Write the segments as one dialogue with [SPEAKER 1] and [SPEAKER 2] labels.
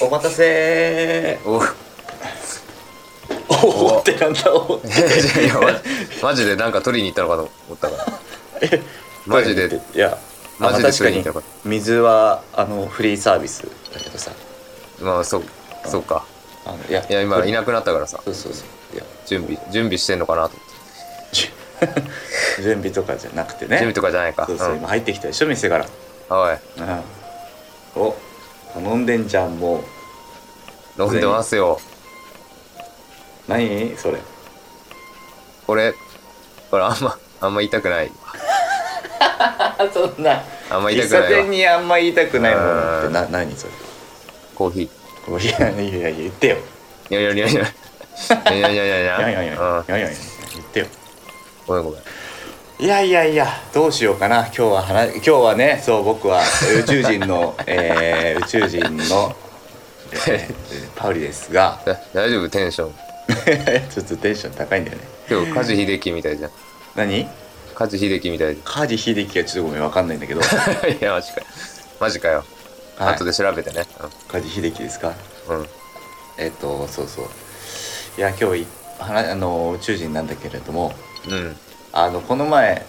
[SPEAKER 1] お待たせ
[SPEAKER 2] お
[SPEAKER 1] おおってなんだおお
[SPEAKER 2] いやいやマジマジでなんか取りに行ったのかと思った からマジで
[SPEAKER 1] いや
[SPEAKER 2] マジで
[SPEAKER 1] まあ確か
[SPEAKER 2] 取り
[SPEAKER 1] に
[SPEAKER 2] に行ったのか
[SPEAKER 1] 水はあのフリーサービスだけどさ
[SPEAKER 2] まあそうそうか
[SPEAKER 1] あのいや
[SPEAKER 2] いや今いなくなったからさ
[SPEAKER 1] そうそうそういや
[SPEAKER 2] 準備準備してんのかなと思って
[SPEAKER 1] じ準備とかじゃなくてね
[SPEAKER 2] 準備とかじゃないか
[SPEAKER 1] そうそう、
[SPEAKER 2] ん
[SPEAKER 1] 今入ってきたでしょ店から、
[SPEAKER 2] はい
[SPEAKER 1] うん、お頼んでんじゃんもう
[SPEAKER 2] 飲んでますよ
[SPEAKER 1] 何それ
[SPEAKER 2] 俺これあんまあんま言いたくない
[SPEAKER 1] あそんな
[SPEAKER 2] あんま言い
[SPEAKER 1] 喫
[SPEAKER 2] たく
[SPEAKER 1] 茶
[SPEAKER 2] な
[SPEAKER 1] 店
[SPEAKER 2] いわ
[SPEAKER 1] にあんま言いたくないものっ
[SPEAKER 2] う
[SPEAKER 1] て
[SPEAKER 2] ん
[SPEAKER 1] な何それ
[SPEAKER 2] コーヒー
[SPEAKER 1] いやいやいや言ってよ
[SPEAKER 2] いやいやいやいやいやいやいやい
[SPEAKER 1] いや
[SPEAKER 2] や
[SPEAKER 1] いやいやい
[SPEAKER 2] うん
[SPEAKER 1] やいやいや言ってよ
[SPEAKER 2] ごめんごめん
[SPEAKER 1] いやいやいやどうしようかな今日は話今日はねそう僕は宇宙人 の、えー、宇宙人の、えーパウリですが
[SPEAKER 2] だ 大丈夫テンション
[SPEAKER 1] ちょっとテンション高いんだよね
[SPEAKER 2] 今日梶秀樹みたいじゃん
[SPEAKER 1] 何
[SPEAKER 2] 梶秀樹みたいじ
[SPEAKER 1] 梶秀樹がちょっとごめんわかんないんだ けど、
[SPEAKER 2] ゃんいやマジかよマジかよ、
[SPEAKER 1] はい、
[SPEAKER 2] 後で調べてね
[SPEAKER 1] 梶秀樹ですか
[SPEAKER 2] うん、うん、
[SPEAKER 1] えっ、とそうそういや今日い話あの宇宙人なんだけれども
[SPEAKER 2] うん
[SPEAKER 1] あのこの前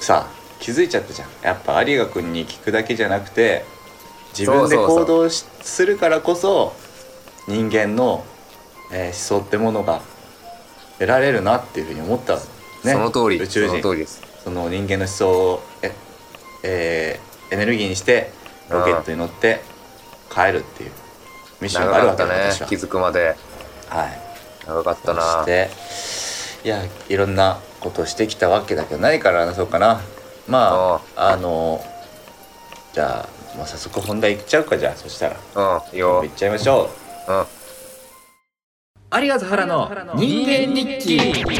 [SPEAKER 1] さ気づいちゃったじゃんやっぱ有賀君に聞くだけじゃなくて自分で
[SPEAKER 2] そうそうそう
[SPEAKER 1] 行動しするからこそ人間の、えー思想ってものが得られるなっていうふうに思ったのね
[SPEAKER 2] その通り
[SPEAKER 1] 宇宙
[SPEAKER 2] そ
[SPEAKER 1] 人
[SPEAKER 2] の通りです
[SPEAKER 1] その人間の思想をえ、えーエネルギーにしてロケットに乗って帰るっていうミッション
[SPEAKER 2] 長
[SPEAKER 1] がある
[SPEAKER 2] か
[SPEAKER 1] わ
[SPEAKER 2] っ
[SPEAKER 1] け
[SPEAKER 2] た
[SPEAKER 1] よ
[SPEAKER 2] ね
[SPEAKER 1] 私は
[SPEAKER 2] 気づくまで
[SPEAKER 1] はい
[SPEAKER 2] 長かったな
[SPEAKER 1] そしていやいろんなことしてきたわけだけどないからなそうかなまああのじゃあもう早速本題いっちゃうかじゃあそしたら
[SPEAKER 2] うんいいよ
[SPEAKER 1] いっちゃいましょ
[SPEAKER 2] うん
[SPEAKER 1] う有賀と原の人間日記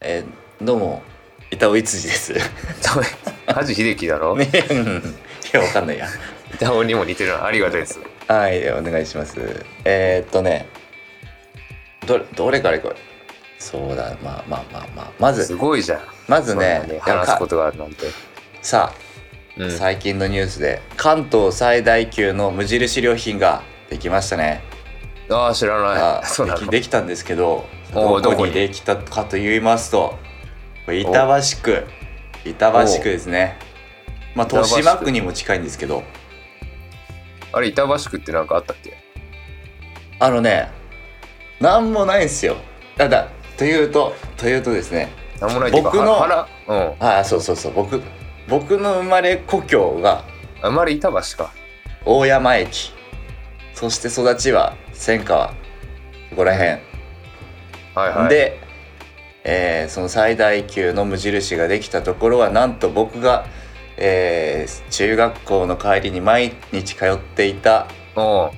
[SPEAKER 1] えーどうも板尾いつじです ね
[SPEAKER 2] ダメ梶秀樹だろ、
[SPEAKER 1] うんいやわかんないや
[SPEAKER 2] ダオにも似てるなありがたいです
[SPEAKER 1] はい、お願いします。えーっとね、どれ、どれからいこうそうだ、まあまあまあまあ。ますず、
[SPEAKER 2] ごいじゃん
[SPEAKER 1] まず
[SPEAKER 2] そんな
[SPEAKER 1] ね、
[SPEAKER 2] 話すこ
[SPEAKER 1] いやか
[SPEAKER 2] とがあるなんて
[SPEAKER 1] さ
[SPEAKER 2] う
[SPEAKER 1] あ、
[SPEAKER 2] ん
[SPEAKER 1] 最近のニュースで、関東最大級の無印良品ができましたね。
[SPEAKER 2] ああ知ら
[SPEAKER 1] あ
[SPEAKER 2] ない そうなの
[SPEAKER 1] できできたんですけど、
[SPEAKER 2] おー
[SPEAKER 1] ど
[SPEAKER 2] ど
[SPEAKER 1] こ
[SPEAKER 2] こ
[SPEAKER 1] に
[SPEAKER 2] に
[SPEAKER 1] できたかと言いますと、これ板橋区、板橋区ですね。まあ、
[SPEAKER 2] 板
[SPEAKER 1] 豊
[SPEAKER 2] 橋区
[SPEAKER 1] 島区にも近いんですけど、
[SPEAKER 2] あれ板橋区ってなんかあったっけ
[SPEAKER 1] あのね、なんもないんですよ。ただ、というと、というとですね、
[SPEAKER 2] なんもないっていうか
[SPEAKER 1] 僕の
[SPEAKER 2] は原うん
[SPEAKER 1] ああそうそうそう僕僕の生まれ故郷が
[SPEAKER 2] あんまり板橋か
[SPEAKER 1] 大山駅そして育ちは千川ここら辺、
[SPEAKER 2] はいはい
[SPEAKER 1] で、えーその最大級の無印ができたところはなんと僕が、えー中学校の帰りに毎日通っていた、
[SPEAKER 2] うん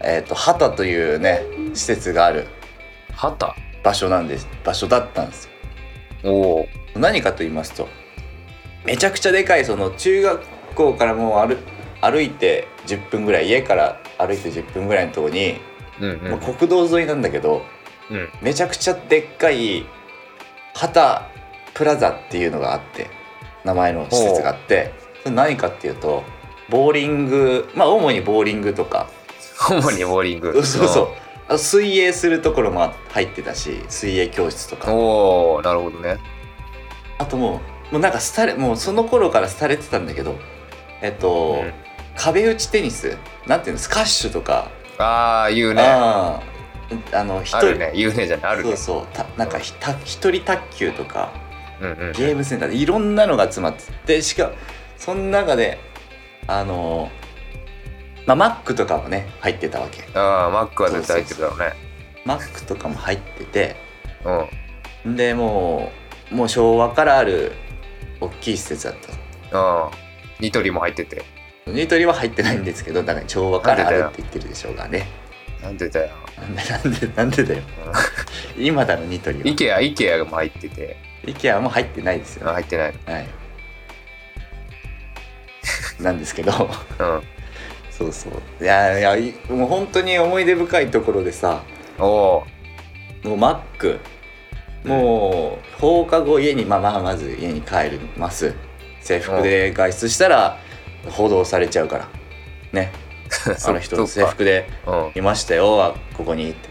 [SPEAKER 1] えー、と畑というね施設がある
[SPEAKER 2] 畑
[SPEAKER 1] 場所なんです場所だったんですよ
[SPEAKER 2] おお
[SPEAKER 1] 何かと言いますとめちゃくちゃでかいその中学校からもう歩歩いて10分ぐらい家から歩いて10分ぐらいのとこに、
[SPEAKER 2] うんう
[SPEAKER 1] も
[SPEAKER 2] ん
[SPEAKER 1] う国道沿いなんだけど
[SPEAKER 2] うん
[SPEAKER 1] めちゃくちゃでっかい旗プラザっていうのがあって名前の施設があってそれ何かっていうとボーリングまあ主にボーリングとか
[SPEAKER 2] 主にボーリング
[SPEAKER 1] そうそうあと水泳するところもあ入ってたし水泳教室とか
[SPEAKER 2] うんおおなるほどね
[SPEAKER 1] あともうもうなんか廃れもうその頃から廃れてたんだけどえっと、
[SPEAKER 2] うん
[SPEAKER 1] 壁打ちテニスなんていうのスカッシュとか、
[SPEAKER 2] ああ言うね
[SPEAKER 1] あああの一
[SPEAKER 2] あ
[SPEAKER 1] 人
[SPEAKER 2] るね言うねじゃないある
[SPEAKER 1] そ
[SPEAKER 2] ね
[SPEAKER 1] うそうたなんかひた一人卓球とか
[SPEAKER 2] うんうん
[SPEAKER 1] ゲームセンターでいろんなのが詰まっててしかもその中であのまあマックとかもね入ってたわけ
[SPEAKER 2] ああマックは絶対入ってるだろうね
[SPEAKER 1] マックとかも入ってて
[SPEAKER 2] うん
[SPEAKER 1] でもうもう昭和からある大きい施設だった
[SPEAKER 2] ああニトリも入ってて
[SPEAKER 1] ニトリは入ってないんですけどだから調和からあるって言ってるでしょうがね
[SPEAKER 2] なんでだよ
[SPEAKER 1] なんでなんでなんでだよ今だろニトリは
[SPEAKER 2] IKEA IKEA も入ってて
[SPEAKER 1] IKEA も入ってないですよ
[SPEAKER 2] あ入ってない
[SPEAKER 1] はいなんですけど
[SPEAKER 2] うん
[SPEAKER 1] そうそういやいやいもう本当に思い出深いところでさ
[SPEAKER 2] おお
[SPEAKER 1] もうマックもう放課後家に、まあ、まあまず家に帰ります制服で外出したら報道されちゃうからね あの人制服で
[SPEAKER 2] うん
[SPEAKER 1] いましたよあここにって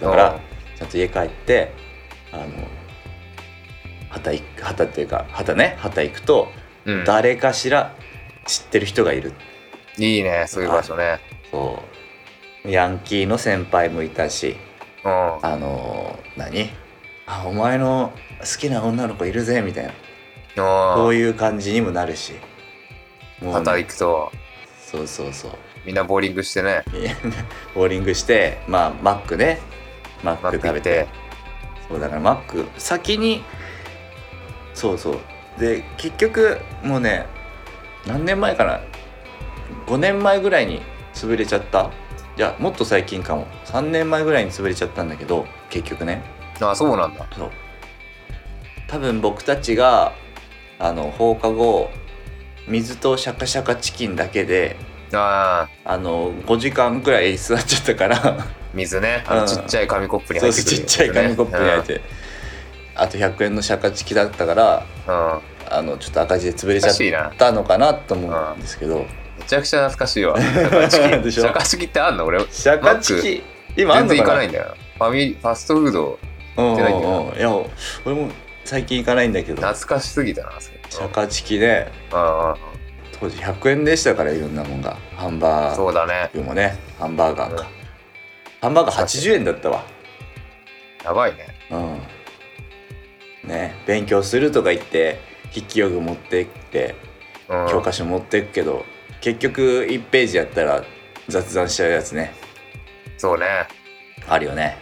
[SPEAKER 1] だか
[SPEAKER 2] う
[SPEAKER 1] ら
[SPEAKER 2] ん
[SPEAKER 1] ちゃんと家帰ってあの旗い旗っていうか旗ね旗行くと
[SPEAKER 2] うん、
[SPEAKER 1] 誰かしら知ってる人がいる、
[SPEAKER 2] いいねそういう場所ね
[SPEAKER 1] そうヤンキーの先輩もいたし
[SPEAKER 2] うん
[SPEAKER 1] あの何あお前の好きな女の子いるぜみたいなそう
[SPEAKER 2] う
[SPEAKER 1] いう感じにもなるしも
[SPEAKER 2] ん
[SPEAKER 1] う
[SPEAKER 2] 働くと
[SPEAKER 1] そうそうそう
[SPEAKER 2] みんなボーリングしてね
[SPEAKER 1] いやボーリングしてまあマックねマッ
[SPEAKER 2] なっ
[SPEAKER 1] ク
[SPEAKER 2] て
[SPEAKER 1] 食
[SPEAKER 2] き
[SPEAKER 1] べ
[SPEAKER 2] て
[SPEAKER 1] てそうだからマック先にそうそうで結局もうね何年前かな5年前ぐらいに潰れちゃったいやもっと最近かも3年前ぐらいに潰れちゃったんだけど結局ね
[SPEAKER 2] あそうなんだ
[SPEAKER 1] そう多分僕たちがあの放課後水とシャカシャカチキンだけで
[SPEAKER 2] あ
[SPEAKER 1] あの5時間くらい座っちゃったから
[SPEAKER 2] ー水ねあ
[SPEAKER 1] う
[SPEAKER 2] の
[SPEAKER 1] ん
[SPEAKER 2] ちっちゃい紙コップに
[SPEAKER 1] そう
[SPEAKER 2] 入ってくる
[SPEAKER 1] ちっちゃい紙コップに入れて、あと100円のシャカチキだったから
[SPEAKER 2] うんうん
[SPEAKER 1] あのちょっと赤字で潰れちゃ
[SPEAKER 2] 懐
[SPEAKER 1] っ
[SPEAKER 2] かしいな
[SPEAKER 1] たのかなと思うんですけど、
[SPEAKER 2] めちゃくちゃ懐かしいわシャカチキ
[SPEAKER 1] でし
[SPEAKER 2] シ
[SPEAKER 1] ょ
[SPEAKER 2] ャカチキってあんの俺
[SPEAKER 1] シャカチキ今あん
[SPEAKER 2] 全
[SPEAKER 1] の
[SPEAKER 2] 然
[SPEAKER 1] かな
[SPEAKER 2] 行かないんだよファミリーファストフード
[SPEAKER 1] うん
[SPEAKER 2] ってないんだ
[SPEAKER 1] う
[SPEAKER 2] よ
[SPEAKER 1] んうんいや俺も最近行かないんだけど
[SPEAKER 2] 懐かしすぎたなそれ
[SPEAKER 1] シャカチキね
[SPEAKER 2] うんうん
[SPEAKER 1] 当時100円でしたからいろんなもんがハンバー
[SPEAKER 2] そうだね
[SPEAKER 1] グもねハンバーガーか、
[SPEAKER 2] うん
[SPEAKER 1] ハンバーガー80円だったわ
[SPEAKER 2] やばいね
[SPEAKER 1] うんね勉強するとか言って筆記用具持ってって
[SPEAKER 2] うん
[SPEAKER 1] 教科書持ってくけど、結局1ページやったら雑談しちゃうやつね
[SPEAKER 2] そうね
[SPEAKER 1] あるよね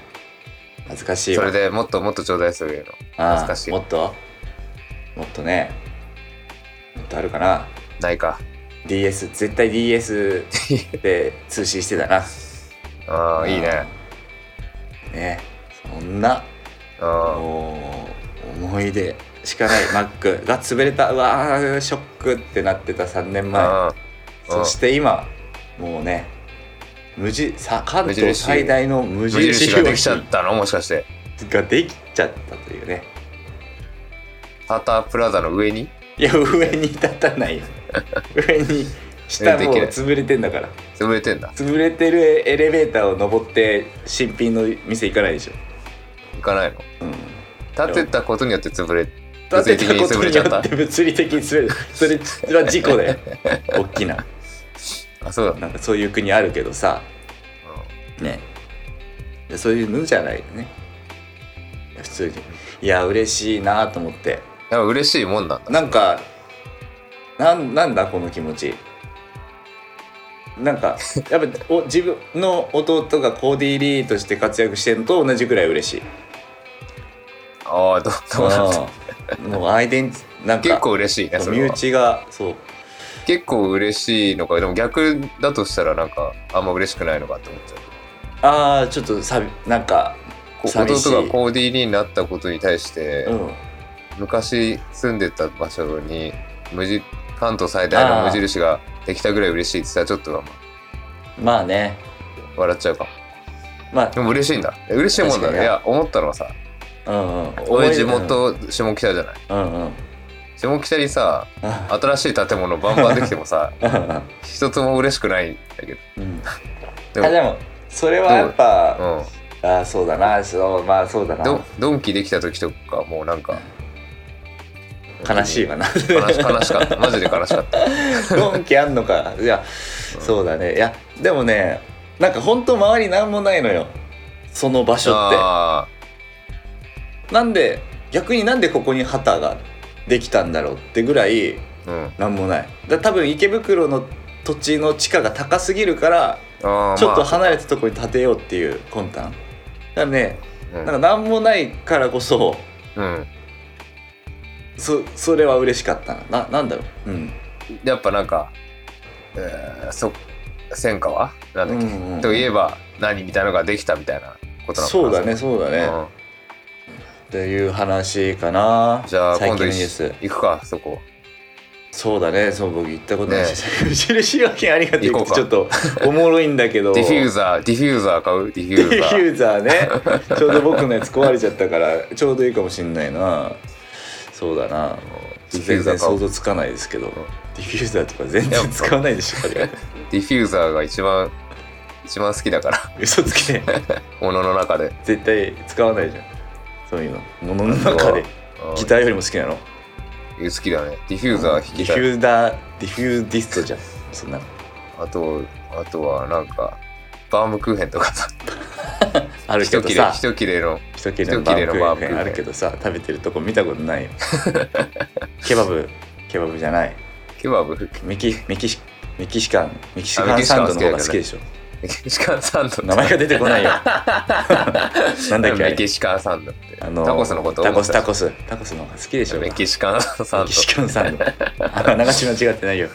[SPEAKER 1] 恥ずかしい
[SPEAKER 2] そ
[SPEAKER 1] わ
[SPEAKER 2] れでもっともっとちょうだいそういうの
[SPEAKER 1] ああ
[SPEAKER 2] 懐かしい
[SPEAKER 1] もっともっとねもっとあるかな
[SPEAKER 2] ないか
[SPEAKER 1] DS 絶対 DS で通信してたな
[SPEAKER 2] ああいいね
[SPEAKER 1] ねそんな
[SPEAKER 2] うん
[SPEAKER 1] もう思い出しかないマックが潰れたうわーショックってなってた3年前
[SPEAKER 2] うん
[SPEAKER 1] そして今もうね無地さ関
[SPEAKER 2] 無印
[SPEAKER 1] 東最大の無
[SPEAKER 2] 無印
[SPEAKER 1] 印
[SPEAKER 2] が
[SPEAKER 1] 良
[SPEAKER 2] できちゃっ
[SPEAKER 1] 品
[SPEAKER 2] たのもしかして
[SPEAKER 1] ができちゃったというね
[SPEAKER 2] タタプラザの上に
[SPEAKER 1] いや上に立た ないよ上に下もう潰れてんだから
[SPEAKER 2] 潰れてんだ
[SPEAKER 1] 潰れてるエレベーターを登って新品の店行かないでしょ、
[SPEAKER 2] 行かないの
[SPEAKER 1] うん、
[SPEAKER 2] 立てたことによって潰れ
[SPEAKER 1] 立てたこ
[SPEAKER 2] 物
[SPEAKER 1] とに
[SPEAKER 2] 理的に潰れち
[SPEAKER 1] よ
[SPEAKER 2] ゃった
[SPEAKER 1] って物理的に潰れるそれは事故だ よ大きな
[SPEAKER 2] あそうだ、
[SPEAKER 1] なんかそういう国あるけどさねでそういうのじゃないよね普通にいや嬉しいなと思って
[SPEAKER 2] うん、や嬉しいもんなんだ
[SPEAKER 1] なんかなんなんだこの気持ちなんかやっぱお自分の弟がコーディリーとして活躍してるのと同じくらい嬉しい
[SPEAKER 2] ああどどうなんだ
[SPEAKER 1] うんもうアイデンティなんか
[SPEAKER 2] 結構嬉しいね
[SPEAKER 1] そう
[SPEAKER 2] そ
[SPEAKER 1] 身
[SPEAKER 2] れは
[SPEAKER 1] 内がそう
[SPEAKER 2] 結構嬉しいのかでも逆だとしたらなんかあんま嬉しくないのかって思っちゃう
[SPEAKER 1] ああちょっとさびなんか
[SPEAKER 2] こ
[SPEAKER 1] 寂しい
[SPEAKER 2] 弟がコーディーになったことに対して、
[SPEAKER 1] うん
[SPEAKER 2] 昔住んでた場所に無印関東最大の無印ができたぐらい嬉しいって言ったらちょっと
[SPEAKER 1] まあね
[SPEAKER 2] 笑っちゃうかも
[SPEAKER 1] まあ
[SPEAKER 2] でも嬉しいんだえ嬉しいもんだ
[SPEAKER 1] 確かに
[SPEAKER 2] ね
[SPEAKER 1] ね
[SPEAKER 2] いや思ったのはさ
[SPEAKER 1] うんうん
[SPEAKER 2] 俺地元下北じゃない
[SPEAKER 1] うんうん
[SPEAKER 2] 下北にさ
[SPEAKER 1] あ
[SPEAKER 2] 新しい建物バンバンできて もさ一つも嬉しくないんだけど
[SPEAKER 1] うん
[SPEAKER 2] で
[SPEAKER 1] あでもそれはやっぱ、
[SPEAKER 2] も、
[SPEAKER 1] あそうだなそうまあそうだ
[SPEAKER 2] うん、
[SPEAKER 1] な
[SPEAKER 2] ドンドンキできた時とかもうなんか
[SPEAKER 1] 悲しいわな
[SPEAKER 2] 悲し悲しかったマジで悲しかっ た
[SPEAKER 1] ドンキあんのかいやそうだねいやでもねなんか本当周りなんもないのよその場所っ
[SPEAKER 2] あ
[SPEAKER 1] てなんで逆になんでここに旗ができたんだろうってぐらい
[SPEAKER 2] ーうん
[SPEAKER 1] なんもないだ多分池袋の土地の地価が高すぎるから
[SPEAKER 2] あー
[SPEAKER 1] ちょっと
[SPEAKER 2] ま
[SPEAKER 1] 離れたところに建てようっていう魂胆だからね
[SPEAKER 2] あ
[SPEAKER 1] なんかなんもないからこそ
[SPEAKER 2] うんうん
[SPEAKER 1] そそれは嬉しかったなななんだろううん
[SPEAKER 2] やっぱなんか、えー、そ戦火はなんだっけ、
[SPEAKER 1] うんうん
[SPEAKER 2] といえば何みたいなのができたみたいなことなのかな
[SPEAKER 1] そうだねそうだね、
[SPEAKER 2] う
[SPEAKER 1] っ
[SPEAKER 2] ん
[SPEAKER 1] ていう話かな
[SPEAKER 2] じゃあ
[SPEAKER 1] 最
[SPEAKER 2] 今
[SPEAKER 1] 近の
[SPEAKER 2] 度
[SPEAKER 1] ニュ
[SPEAKER 2] い
[SPEAKER 1] ース
[SPEAKER 2] 行くかそこ
[SPEAKER 1] そうだねそう僕行ったことない
[SPEAKER 2] ね
[SPEAKER 1] し、無印良品ありがてえ
[SPEAKER 2] 行こう
[SPEAKER 1] ち
[SPEAKER 2] か
[SPEAKER 1] ょっとおもろいんだけど
[SPEAKER 2] ディフューザーディフューザー買うディフ
[SPEAKER 1] デ
[SPEAKER 2] ュー
[SPEAKER 1] ィ
[SPEAKER 2] ザ
[SPEAKER 1] フ
[SPEAKER 2] ー
[SPEAKER 1] ューザーねちょうど僕のやつ壊れちゃったからちょうどいいかもしんないなそうだな
[SPEAKER 2] ディフ
[SPEAKER 1] 全
[SPEAKER 2] ューザー買お
[SPEAKER 1] 然想
[SPEAKER 2] う
[SPEAKER 1] 像つかないですけどディフューザーとか全然使わないでしょあれ
[SPEAKER 2] ディフューザーが一番一番好きだから
[SPEAKER 1] 嘘つけ
[SPEAKER 2] 物の中で
[SPEAKER 1] 絶対使わないじゃんそういうの物の中で
[SPEAKER 2] うん
[SPEAKER 1] ギターよりも好きなの
[SPEAKER 2] 好きだねディフューザー弾
[SPEAKER 1] ディ
[SPEAKER 2] き
[SPEAKER 1] フ
[SPEAKER 2] たい
[SPEAKER 1] ューダーディフューディストじゃんそんなの
[SPEAKER 2] あとあとはなんかバームクーヘンとかさ
[SPEAKER 1] あるけど
[SPEAKER 2] 一切
[SPEAKER 1] さ
[SPEAKER 2] れ一切れの
[SPEAKER 1] 一切れの
[SPEAKER 2] 一
[SPEAKER 1] バ
[SPEAKER 2] 切れの
[SPEAKER 1] ームクーヘン
[SPEAKER 2] バームクーヘン
[SPEAKER 1] あるけどさ食べてるとこ見たことないよケバブケバブじゃない
[SPEAKER 2] ケバブ
[SPEAKER 1] メキメキシメキシカンメキシ
[SPEAKER 2] あ
[SPEAKER 1] カ
[SPEAKER 2] メ
[SPEAKER 1] ン
[SPEAKER 2] キシカ
[SPEAKER 1] サ
[SPEAKER 2] ン
[SPEAKER 1] ン
[SPEAKER 2] 好
[SPEAKER 1] ドの
[SPEAKER 2] き
[SPEAKER 1] 方
[SPEAKER 2] だけどね
[SPEAKER 1] が好きでしょ
[SPEAKER 2] メキシカンサンド
[SPEAKER 1] 名前が出てこ ないよなんだっけあ
[SPEAKER 2] メ
[SPEAKER 1] れ
[SPEAKER 2] キシカンサンドって
[SPEAKER 1] あの
[SPEAKER 2] タコスのこと
[SPEAKER 1] タコスタコスタコスの方が好きでしょ
[SPEAKER 2] メキシカンサ
[SPEAKER 1] メ
[SPEAKER 2] ン
[SPEAKER 1] キシカンサンドあ長島違ってないよ、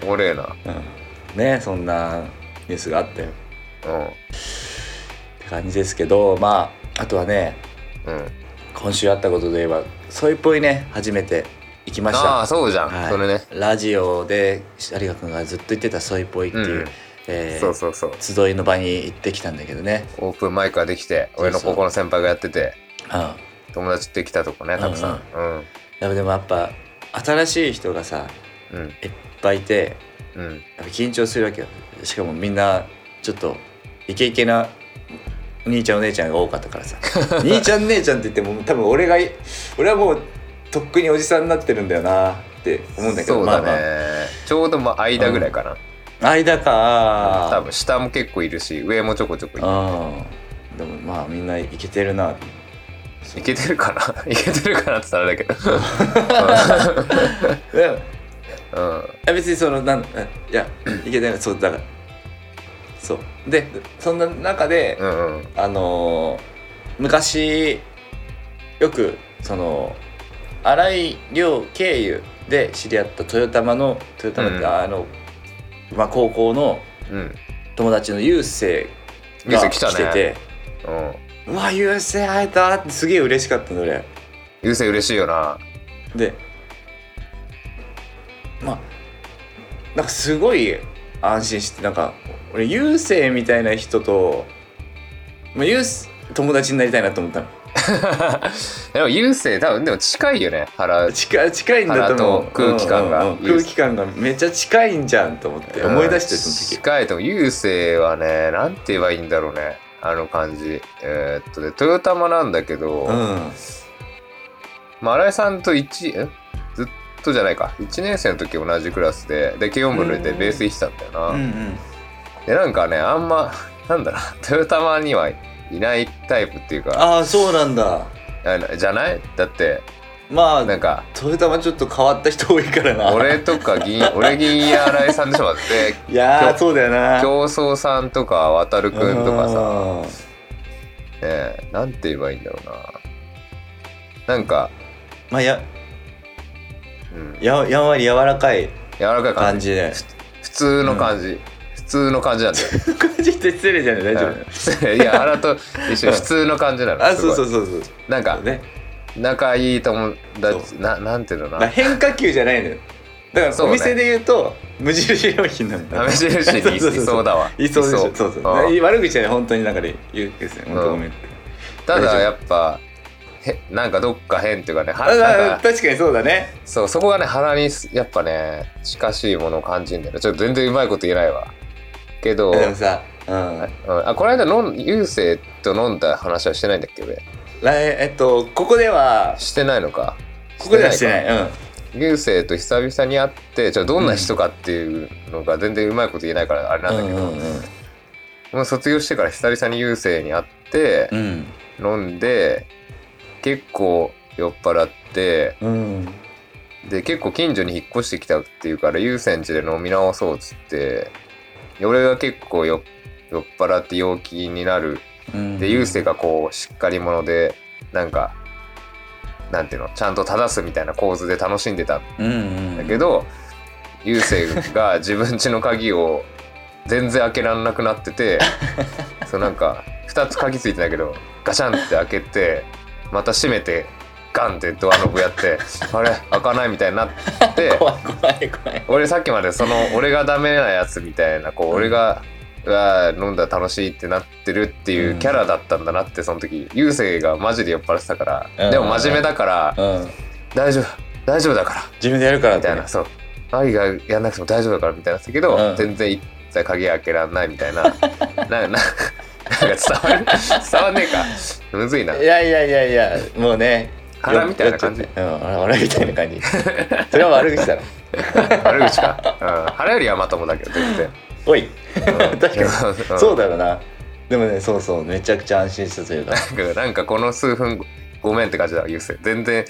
[SPEAKER 2] ドおれえな
[SPEAKER 1] うん、ねそんなニュースがあったよっ
[SPEAKER 2] う
[SPEAKER 1] て感じですけどまああとはね
[SPEAKER 2] んうん
[SPEAKER 1] 今週あったことで言えばソイっぽいね初めて行きました
[SPEAKER 2] ああそうじゃん、
[SPEAKER 1] はい
[SPEAKER 2] それね
[SPEAKER 1] ラジオで有賀君がずっと言ってた「ソイポイ」っていう,、
[SPEAKER 2] うん
[SPEAKER 1] えー
[SPEAKER 2] そうそうそう
[SPEAKER 1] 集いの場に行ってきたんだけどね、
[SPEAKER 2] オープンマイクができて
[SPEAKER 1] そうそう
[SPEAKER 2] 俺の高校の先輩がやってて
[SPEAKER 1] うん、
[SPEAKER 2] 友達できたとこねたくさんうん
[SPEAKER 1] でもでもやっぱ新しい人がさ
[SPEAKER 2] うん
[SPEAKER 1] いっぱいいて
[SPEAKER 2] うん
[SPEAKER 1] やっぱ緊張するわけよしかもみんなちょっとイケイケな兄ちゃんお姉ちゃんが多かったから さ兄ちゃん姉ちゃんって言っても多分俺がい俺はもうとっくにおじさんになってるんだよなって思うんだけど
[SPEAKER 2] そうだね、
[SPEAKER 1] まあま
[SPEAKER 2] ちょうどまあ間ぐらいかな、
[SPEAKER 1] あ間か
[SPEAKER 2] 多分下も結構いるし上もちょこちょこい
[SPEAKER 1] う
[SPEAKER 2] る
[SPEAKER 1] んでもまあみんないけてる なって
[SPEAKER 2] いけてるかな いけてるかなって言ったらあれだけど
[SPEAKER 1] でもい
[SPEAKER 2] うん
[SPEAKER 1] や別にそのなんえいやいけてないそうだからそうでそんな中で、
[SPEAKER 2] うんうん
[SPEAKER 1] あのー昔よくその新井亮経由で知り合った豊玉の豊玉って、
[SPEAKER 2] うん
[SPEAKER 1] あの、まあ、高校の
[SPEAKER 2] うん
[SPEAKER 1] 友達の雄星
[SPEAKER 2] ゆう
[SPEAKER 1] が
[SPEAKER 2] せい
[SPEAKER 1] 来
[SPEAKER 2] 来たね
[SPEAKER 1] てて
[SPEAKER 2] う
[SPEAKER 1] 「
[SPEAKER 2] ん
[SPEAKER 1] うわ雄星会えた!」ってすげえ嬉しかったの俺。
[SPEAKER 2] ゆうせい嬉しいよな
[SPEAKER 1] でまあなんかすごい安心してなんか俺優勢みたいな人と、まあ、優勢友達になりたいなと思ったの
[SPEAKER 2] でもゆうせい多分でも近いよね腹
[SPEAKER 1] 近い近いんだと思う
[SPEAKER 2] 腹と空気感
[SPEAKER 1] う
[SPEAKER 2] が
[SPEAKER 1] んうんうん空気感がめっちゃ近いんじゃんと思って思い出してその時
[SPEAKER 2] 近いと思うゆうせいはねなんて言えばいいんだろうねあの感じえーっとね豊玉なんだけど、
[SPEAKER 1] うん
[SPEAKER 2] まあ、新井さんと一えずっとじゃないか1年生の時同じクラスでで軽音部抜いてベース弾いてたんだよな、
[SPEAKER 1] うんうん
[SPEAKER 2] でなんかねあんまなんだろうトヨタマにはいないタイプっていうか
[SPEAKER 1] ああそうなんだ
[SPEAKER 2] あじゃないだって
[SPEAKER 1] まあ
[SPEAKER 2] なんか
[SPEAKER 1] トヨタはちょっと変わった人多いからな
[SPEAKER 2] 俺とか銀俺銀や新井さんでしょ待って
[SPEAKER 1] いや
[SPEAKER 2] 今
[SPEAKER 1] ー
[SPEAKER 2] 日
[SPEAKER 1] そうだよな
[SPEAKER 2] 競争さんとか渡るくんとかさ、
[SPEAKER 1] さ
[SPEAKER 2] ねえ、なんて言えばいいんだろうななんか、
[SPEAKER 1] まあや
[SPEAKER 2] うん、
[SPEAKER 1] ややんわり柔らかい
[SPEAKER 2] 柔らかい感
[SPEAKER 1] 感
[SPEAKER 2] じ
[SPEAKER 1] じで
[SPEAKER 2] 普通の感じ、普通の感じなんだよ
[SPEAKER 1] 感じって失礼じゃない大丈夫、
[SPEAKER 2] うん いや、あらと一緒に普通の感じなの。
[SPEAKER 1] あそうそう
[SPEAKER 2] う。
[SPEAKER 1] そうそう
[SPEAKER 2] なんか、
[SPEAKER 1] ね
[SPEAKER 2] 仲いい友
[SPEAKER 1] そ
[SPEAKER 2] 達、ななんていうの
[SPEAKER 1] だから
[SPEAKER 2] な。
[SPEAKER 1] 変化球じゃないのよだから
[SPEAKER 2] そう
[SPEAKER 1] お
[SPEAKER 2] ね
[SPEAKER 1] 店で言うと無印良品なんだ
[SPEAKER 2] 試し印に い
[SPEAKER 1] そうそうそう
[SPEAKER 2] いそうだわ。
[SPEAKER 1] いそうでしょそうそう
[SPEAKER 2] うん
[SPEAKER 1] 悪口じゃない本当にだから言うですね本当ごめんって、
[SPEAKER 2] た
[SPEAKER 1] 大丈
[SPEAKER 2] だ、
[SPEAKER 1] 夫
[SPEAKER 2] やっぱ、へなんかどっか変っていうかね、は
[SPEAKER 1] あ
[SPEAKER 2] な
[SPEAKER 1] あ
[SPEAKER 2] んか
[SPEAKER 1] 確かにそうだね
[SPEAKER 2] そう、そこがね、鼻にすやっぱね、近しいものを感じるんだよね。ちょっと全然うまいこと言えないわ。けど、
[SPEAKER 1] でもさ、うん、
[SPEAKER 2] うんあこの間飲ん、ゆうせいと飲んだ話はしてないんだっけ、俺。
[SPEAKER 1] 来えっとここでは
[SPEAKER 2] してないのか。
[SPEAKER 1] ここではしてない
[SPEAKER 2] か。
[SPEAKER 1] うん
[SPEAKER 2] 流星と久々に会ってじゃあどんな人かっていうのが全然うまいこと言えないからあれなんだけど、
[SPEAKER 1] うんうんうん
[SPEAKER 2] もう卒業してから久々に流星に会って
[SPEAKER 1] う、ん
[SPEAKER 2] 飲んで結構酔っ払って
[SPEAKER 1] うん
[SPEAKER 2] で結構近所に引っ越してきたっていうから流星ん家で飲み直そうっつってで俺が結構酔っ酔っ払って陽気になる
[SPEAKER 1] うん
[SPEAKER 2] で流星がこうしっかり者でなんかなんていうのちゃんと正すみたいな構図で楽しんでた
[SPEAKER 1] うんうん
[SPEAKER 2] だけど、ゆうせいが自分家の鍵を全然開けられなくなって てそうなんか2つ鍵ついてんだけどガシャンって開けてまた閉めてガンってドアノブやってあれ開かないみたいになって
[SPEAKER 1] 怖い怖い怖い
[SPEAKER 2] 俺さっきまでその俺がダメなやつみたいなこう俺が、うわ飲んだら楽しいってなってるっていうキャラだったんだなってその時優勢がマジで酔っ払ってたから、
[SPEAKER 1] うん
[SPEAKER 2] でも真面目だから、
[SPEAKER 1] うん
[SPEAKER 2] 大丈夫大丈夫だから
[SPEAKER 1] 自分でやるから
[SPEAKER 2] みたいな、そう愛がやんなくても大丈夫だからみたいなだけど、
[SPEAKER 1] うん
[SPEAKER 2] 全然一切鍵開けらんない みたいななんかななんか伝わる伝わんねえかむずいない
[SPEAKER 1] やいやいやいやもうね
[SPEAKER 2] 腹みたいな感じ
[SPEAKER 1] 酔っちゃってうん腹みたいな 感じそれは悪口だろ
[SPEAKER 2] 悪口か、うん、腹よりはまともだけど全然、
[SPEAKER 1] おい
[SPEAKER 2] うん、
[SPEAKER 1] 確かに
[SPEAKER 2] に
[SPEAKER 1] そうだろうなでもねそうそうめちゃくちゃ安心したというか
[SPEAKER 2] なんかなんかこの数分ごめんって感じだわ優勢全然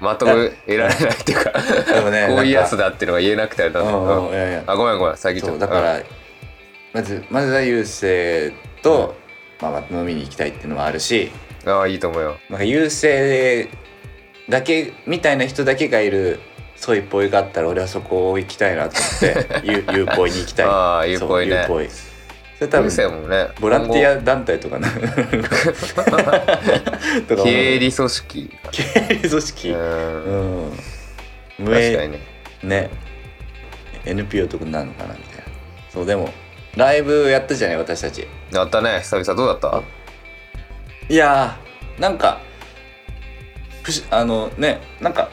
[SPEAKER 2] まとめられないってい うか
[SPEAKER 1] でもね
[SPEAKER 2] こういうやつ
[SPEAKER 1] だ
[SPEAKER 2] だっていうのが言えなくてあれだ
[SPEAKER 1] う
[SPEAKER 2] ね
[SPEAKER 1] んうんい
[SPEAKER 2] うん
[SPEAKER 1] やいや
[SPEAKER 2] あごめんごめん遮っちゃ
[SPEAKER 1] そう
[SPEAKER 2] った
[SPEAKER 1] だからまずまずは優勢と、まあ、飲みに行きたいっていうのもあるし
[SPEAKER 2] うんああいいと思うよ
[SPEAKER 1] なんか優勢だけみたいな人だけがいるそういうぽいがあったら俺はそこを行きたいなと 思ってゆゆうぽいに行きたい
[SPEAKER 2] ああゆうぽいね
[SPEAKER 1] そうゆうぽいそれ多
[SPEAKER 2] 優勢
[SPEAKER 1] 分
[SPEAKER 2] もね
[SPEAKER 1] ボランティア団体とかな とか
[SPEAKER 2] 経
[SPEAKER 1] 思う
[SPEAKER 2] 営理組織
[SPEAKER 1] 経営組織
[SPEAKER 2] うん
[SPEAKER 1] うん無
[SPEAKER 2] 確か
[SPEAKER 1] 営
[SPEAKER 2] にね
[SPEAKER 1] ね NPO とかになるのかなみたいなそうでもライブやったじゃない私たち
[SPEAKER 2] やったね久々どうだった
[SPEAKER 1] いやーなんか不思あのねなんか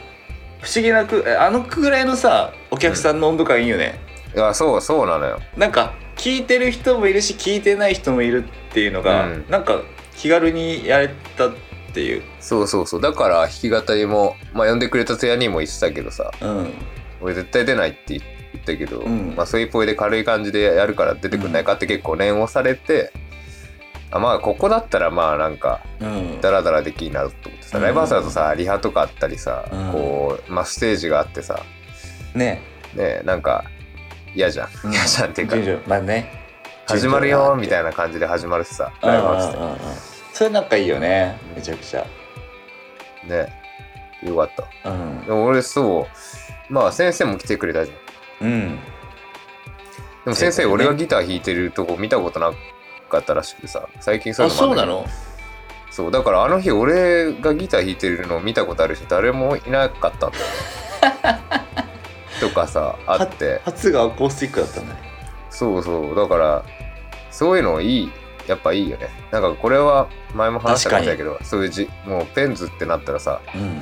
[SPEAKER 1] 不思議なくあのくらいのさお客さんの温度感いいよね、
[SPEAKER 2] いやそうそうなのよ
[SPEAKER 1] なんか聞いてる人もいるし聞いてない人もいるっていうのが、
[SPEAKER 2] うん
[SPEAKER 1] なんか気軽にやれたっていう、
[SPEAKER 2] そうそうそうだから弾き語りもまあ呼んでくれたツヤにも言ってたけどさ
[SPEAKER 1] うん、
[SPEAKER 2] 俺絶対出ないって言ったけど、
[SPEAKER 1] うん
[SPEAKER 2] まあそういうポイで軽い感じでやるから出てくんないかって結構念をされて、あまあここだったらまあなんか
[SPEAKER 1] うん、
[SPEAKER 2] ダラダラできいいなと思ってさ、
[SPEAKER 1] うん
[SPEAKER 2] ライブハウスだとさリハとかあったりさ、
[SPEAKER 1] うん
[SPEAKER 2] こうまあステージがあってさ
[SPEAKER 1] ね
[SPEAKER 2] ねなんか嫌 じゃん
[SPEAKER 1] うん
[SPEAKER 2] 嫌じゃんっていうか
[SPEAKER 1] 順序まあね
[SPEAKER 2] 始まるよーみ
[SPEAKER 1] い
[SPEAKER 2] たいな感じで始まるしさライブハウス
[SPEAKER 1] な
[SPEAKER 2] って
[SPEAKER 1] うんうんうんそれなんかいいよねめちゃくちゃ
[SPEAKER 2] ねよかった
[SPEAKER 1] うん
[SPEAKER 2] でも俺そうまあ先生も来てくれたじゃん
[SPEAKER 1] うん
[SPEAKER 2] でも先
[SPEAKER 1] え
[SPEAKER 2] 生
[SPEAKER 1] え
[SPEAKER 2] 俺がギター弾いてるとこ見たことなかったらしくてさ最近そうい
[SPEAKER 1] あ
[SPEAKER 2] うの
[SPEAKER 1] そう
[SPEAKER 2] もあ
[SPEAKER 1] な
[SPEAKER 2] るんだけど
[SPEAKER 1] の
[SPEAKER 2] そうだからあの日俺がギター弾いてるの見たことある人誰もいなかったんだよ ねとかさあって
[SPEAKER 1] 初がアコースティックだったんだね
[SPEAKER 2] そうそうだからそういうのいいやっぱいいよねなんかこれは前も話したかもしれないけどそういうじもうペンズってなったらさ
[SPEAKER 1] うん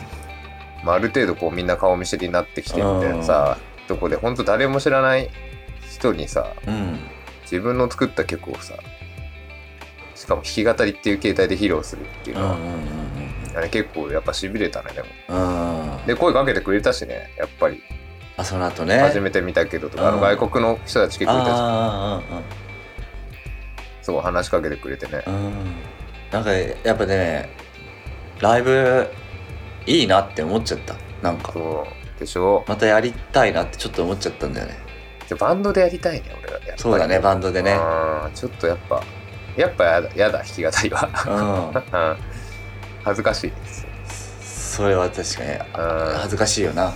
[SPEAKER 2] まあ、ある程度こうみんな顔見知りになってきてみたいなさ、とこで本当誰も知らない人にさ
[SPEAKER 1] うん
[SPEAKER 2] 自分の作った曲をさしかも弾き語りっていう形態で披露するっていう
[SPEAKER 1] う
[SPEAKER 2] の
[SPEAKER 1] んう
[SPEAKER 2] は、
[SPEAKER 1] ん
[SPEAKER 2] あれ結構やっぱしびれたねでも
[SPEAKER 1] うんうん
[SPEAKER 2] で声かけてくれたしねやっぱり
[SPEAKER 1] あその後ね
[SPEAKER 2] 初めて見たけどとかあの
[SPEAKER 1] うん
[SPEAKER 2] 外国の人たち結構いたし
[SPEAKER 1] あ
[SPEAKER 2] そう話しかけてくれてね
[SPEAKER 1] あうんうんうんうんなんかやっぱねライブいいなって思っちゃったなんか
[SPEAKER 2] そうでしょ
[SPEAKER 1] またやりたいなってちょっと思っちゃったんだよね
[SPEAKER 2] でバンドでやりたいね俺はやっぱり
[SPEAKER 1] そうだねバンドでね
[SPEAKER 2] うんちょっとやっぱやっぱやだやだ弾き語りは
[SPEAKER 1] うん
[SPEAKER 2] うん恥ずかしいです
[SPEAKER 1] それは確かに
[SPEAKER 2] うん
[SPEAKER 1] 恥ずかしいよな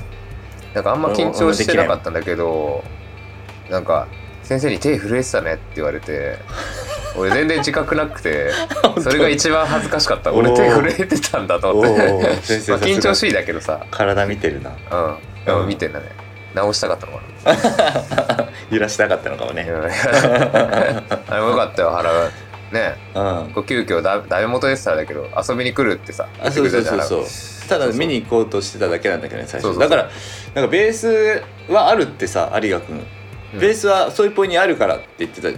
[SPEAKER 2] なんかあんま緊張してなかったんだけど、なんか、先生に手震えてたねって言われて、俺全然自覚なくて、それが一番恥ずかしかった。俺
[SPEAKER 1] おー
[SPEAKER 2] 手震えてたんだと
[SPEAKER 1] お
[SPEAKER 2] 思って。
[SPEAKER 1] お先生
[SPEAKER 2] まあ、緊張
[SPEAKER 1] さす
[SPEAKER 2] しいだけどさ、
[SPEAKER 1] が体見てるな
[SPEAKER 2] うん。でも見てんだね。直したかったのか
[SPEAKER 1] 揺らしたかったのかもね
[SPEAKER 2] な。あれもよかったよ、原が。ね、
[SPEAKER 1] うん
[SPEAKER 2] こう急遽だ、ダメ元でしたんだけど、遊びに来るってさ、
[SPEAKER 1] あそうそうそう
[SPEAKER 2] 言ってくれた
[SPEAKER 1] そ
[SPEAKER 2] じゃん
[SPEAKER 1] うただ
[SPEAKER 2] そうそう
[SPEAKER 1] 見に行こうとしてただけなんだけどね最初
[SPEAKER 2] そうそう
[SPEAKER 1] だ
[SPEAKER 2] そう
[SPEAKER 1] からなんかベースはあるってさ有賀君
[SPEAKER 2] うん
[SPEAKER 1] ベースはそういうポイにあるからって言ってたじ